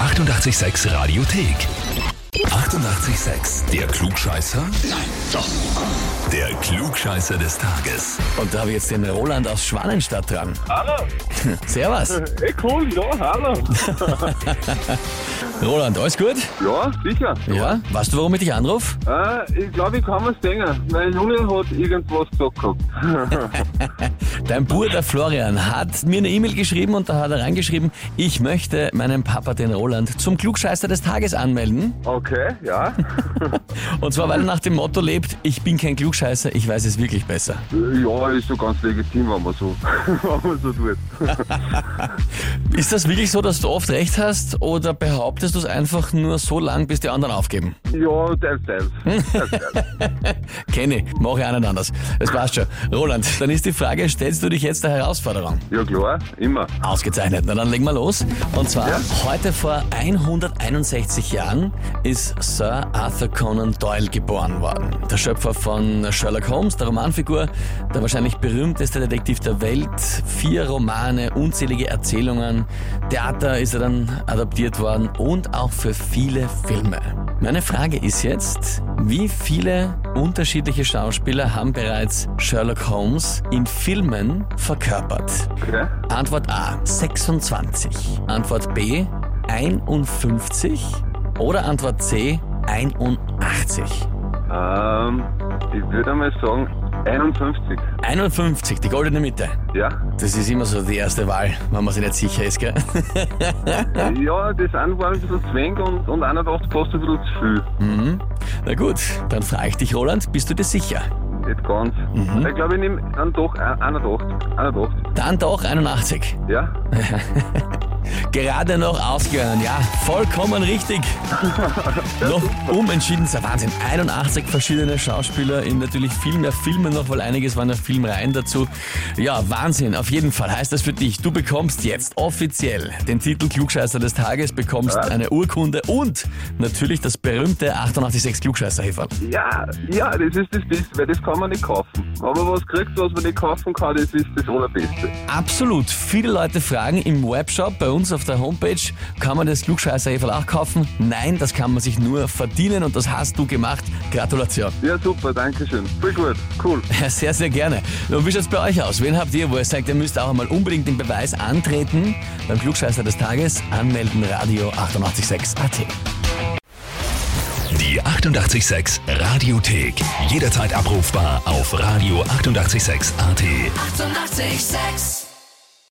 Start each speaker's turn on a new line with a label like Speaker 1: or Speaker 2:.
Speaker 1: 886 Radiothek. 88,6. Der Klugscheißer? Nein, doch. Der Klugscheißer des Tages.
Speaker 2: Und da habe ich jetzt den Roland aus Schwanenstadt dran.
Speaker 3: Hallo.
Speaker 2: Servus.
Speaker 3: Ey, cool, ja, hallo.
Speaker 2: Roland, alles gut?
Speaker 3: Ja, sicher.
Speaker 2: Ja. Weißt du, warum ich dich anrufe?
Speaker 3: Äh, ich glaube, ich kann mir's denken. Mein Junge hat irgendwas gesagt gehabt.
Speaker 2: Dein Bruder Florian hat mir eine E-Mail geschrieben und da hat er reingeschrieben, ich möchte meinen Papa, den Roland, zum Klugscheißer des Tages anmelden.
Speaker 3: okay, ja.
Speaker 2: Und zwar, weil er nach dem Motto lebt, ich bin kein Klugscheißer, ich weiß es wirklich besser.
Speaker 3: Äh, ja, ist so ganz legitim, wenn man so, wenn man so tut.
Speaker 2: Ist das wirklich so, dass du oft recht hast oder behauptest du es einfach nur so lang, bis die anderen aufgeben?
Speaker 3: Ja, teils, teils. teils, teils.
Speaker 2: Kenne, ich, mache ich auch nicht anders. Das passt schon. Roland, dann ist die Frage, stellst du dich jetzt der Herausforderung?
Speaker 3: Ja, klar, immer.
Speaker 2: Ausgezeichnet. Na dann legen wir los. Und zwar, heute vor 161 Jahren ist Sir Arthur Conan Doyle geboren worden. Der Schöpfer von Sherlock Holmes, der Romanfigur, der wahrscheinlich berühmteste Detektiv der Welt. Vier Romane, unzählige Erzählungen. Theater ist er dann adaptiert worden und auch für viele Filme. Meine Frage ist jetzt, wie viele unterschiedliche Schauspieler haben bereits Sherlock Holmes in Filmen verkörpert?
Speaker 3: Okay.
Speaker 2: Antwort A 26. Antwort B 51. Oder Antwort C 81.
Speaker 3: Ähm, ich würde einmal sagen, 51.
Speaker 2: 51, die goldene Mitte.
Speaker 3: Ja.
Speaker 2: Das ist immer so die erste Wahl, wenn man sich nicht sicher ist, gell?
Speaker 3: Ja, das eine war ein bisschen zu wenig und, und 81 passt ein bisschen zu viel.
Speaker 2: Mhm. Na gut, dann frage ich dich, Roland, bist du dir sicher?
Speaker 3: Nicht ganz. Ich glaube, ich nehme einen doch, einen- 81. 81.
Speaker 2: Dann doch 81.
Speaker 3: Ja.
Speaker 2: Gerade noch ausgehören, ja, vollkommen richtig. noch umentschieden, ist ja Wahnsinn. 81 verschiedene Schauspieler in natürlich viel mehr Filmen noch, weil einiges waren ja Filmreihen dazu. Ja, Wahnsinn, auf jeden Fall heißt das für dich, du bekommst jetzt offiziell den Titel Klugscheißer des Tages, bekommst eine Urkunde und natürlich das berühmte 886 klugscheißer -Häferl.
Speaker 3: Ja, ja, das ist das Beste, weil das kann man nicht kaufen. Aber was kriegt, was man nicht kaufen kann, das ist das Allerbeste.
Speaker 2: Absolut, viele Leute fragen im Webshop, bei uns auf der Homepage, kann man das klugscheißer auch kaufen? Nein, das kann man sich nur verdienen und das hast du gemacht. Gratulation.
Speaker 3: Ja, super, danke schön. Voll gut, cool.
Speaker 2: Ja, sehr, sehr gerne. Und wie schaut's bei euch aus? Wen habt ihr, wo ihr sagt, ihr müsst auch einmal unbedingt den Beweis antreten? Beim Klugscheißer des Tages anmelden, Radio 886 AT.
Speaker 1: Die 88,6 Radiothek. Jederzeit abrufbar auf radio886.at. 88,6.
Speaker 4: Eighty-eight, sex.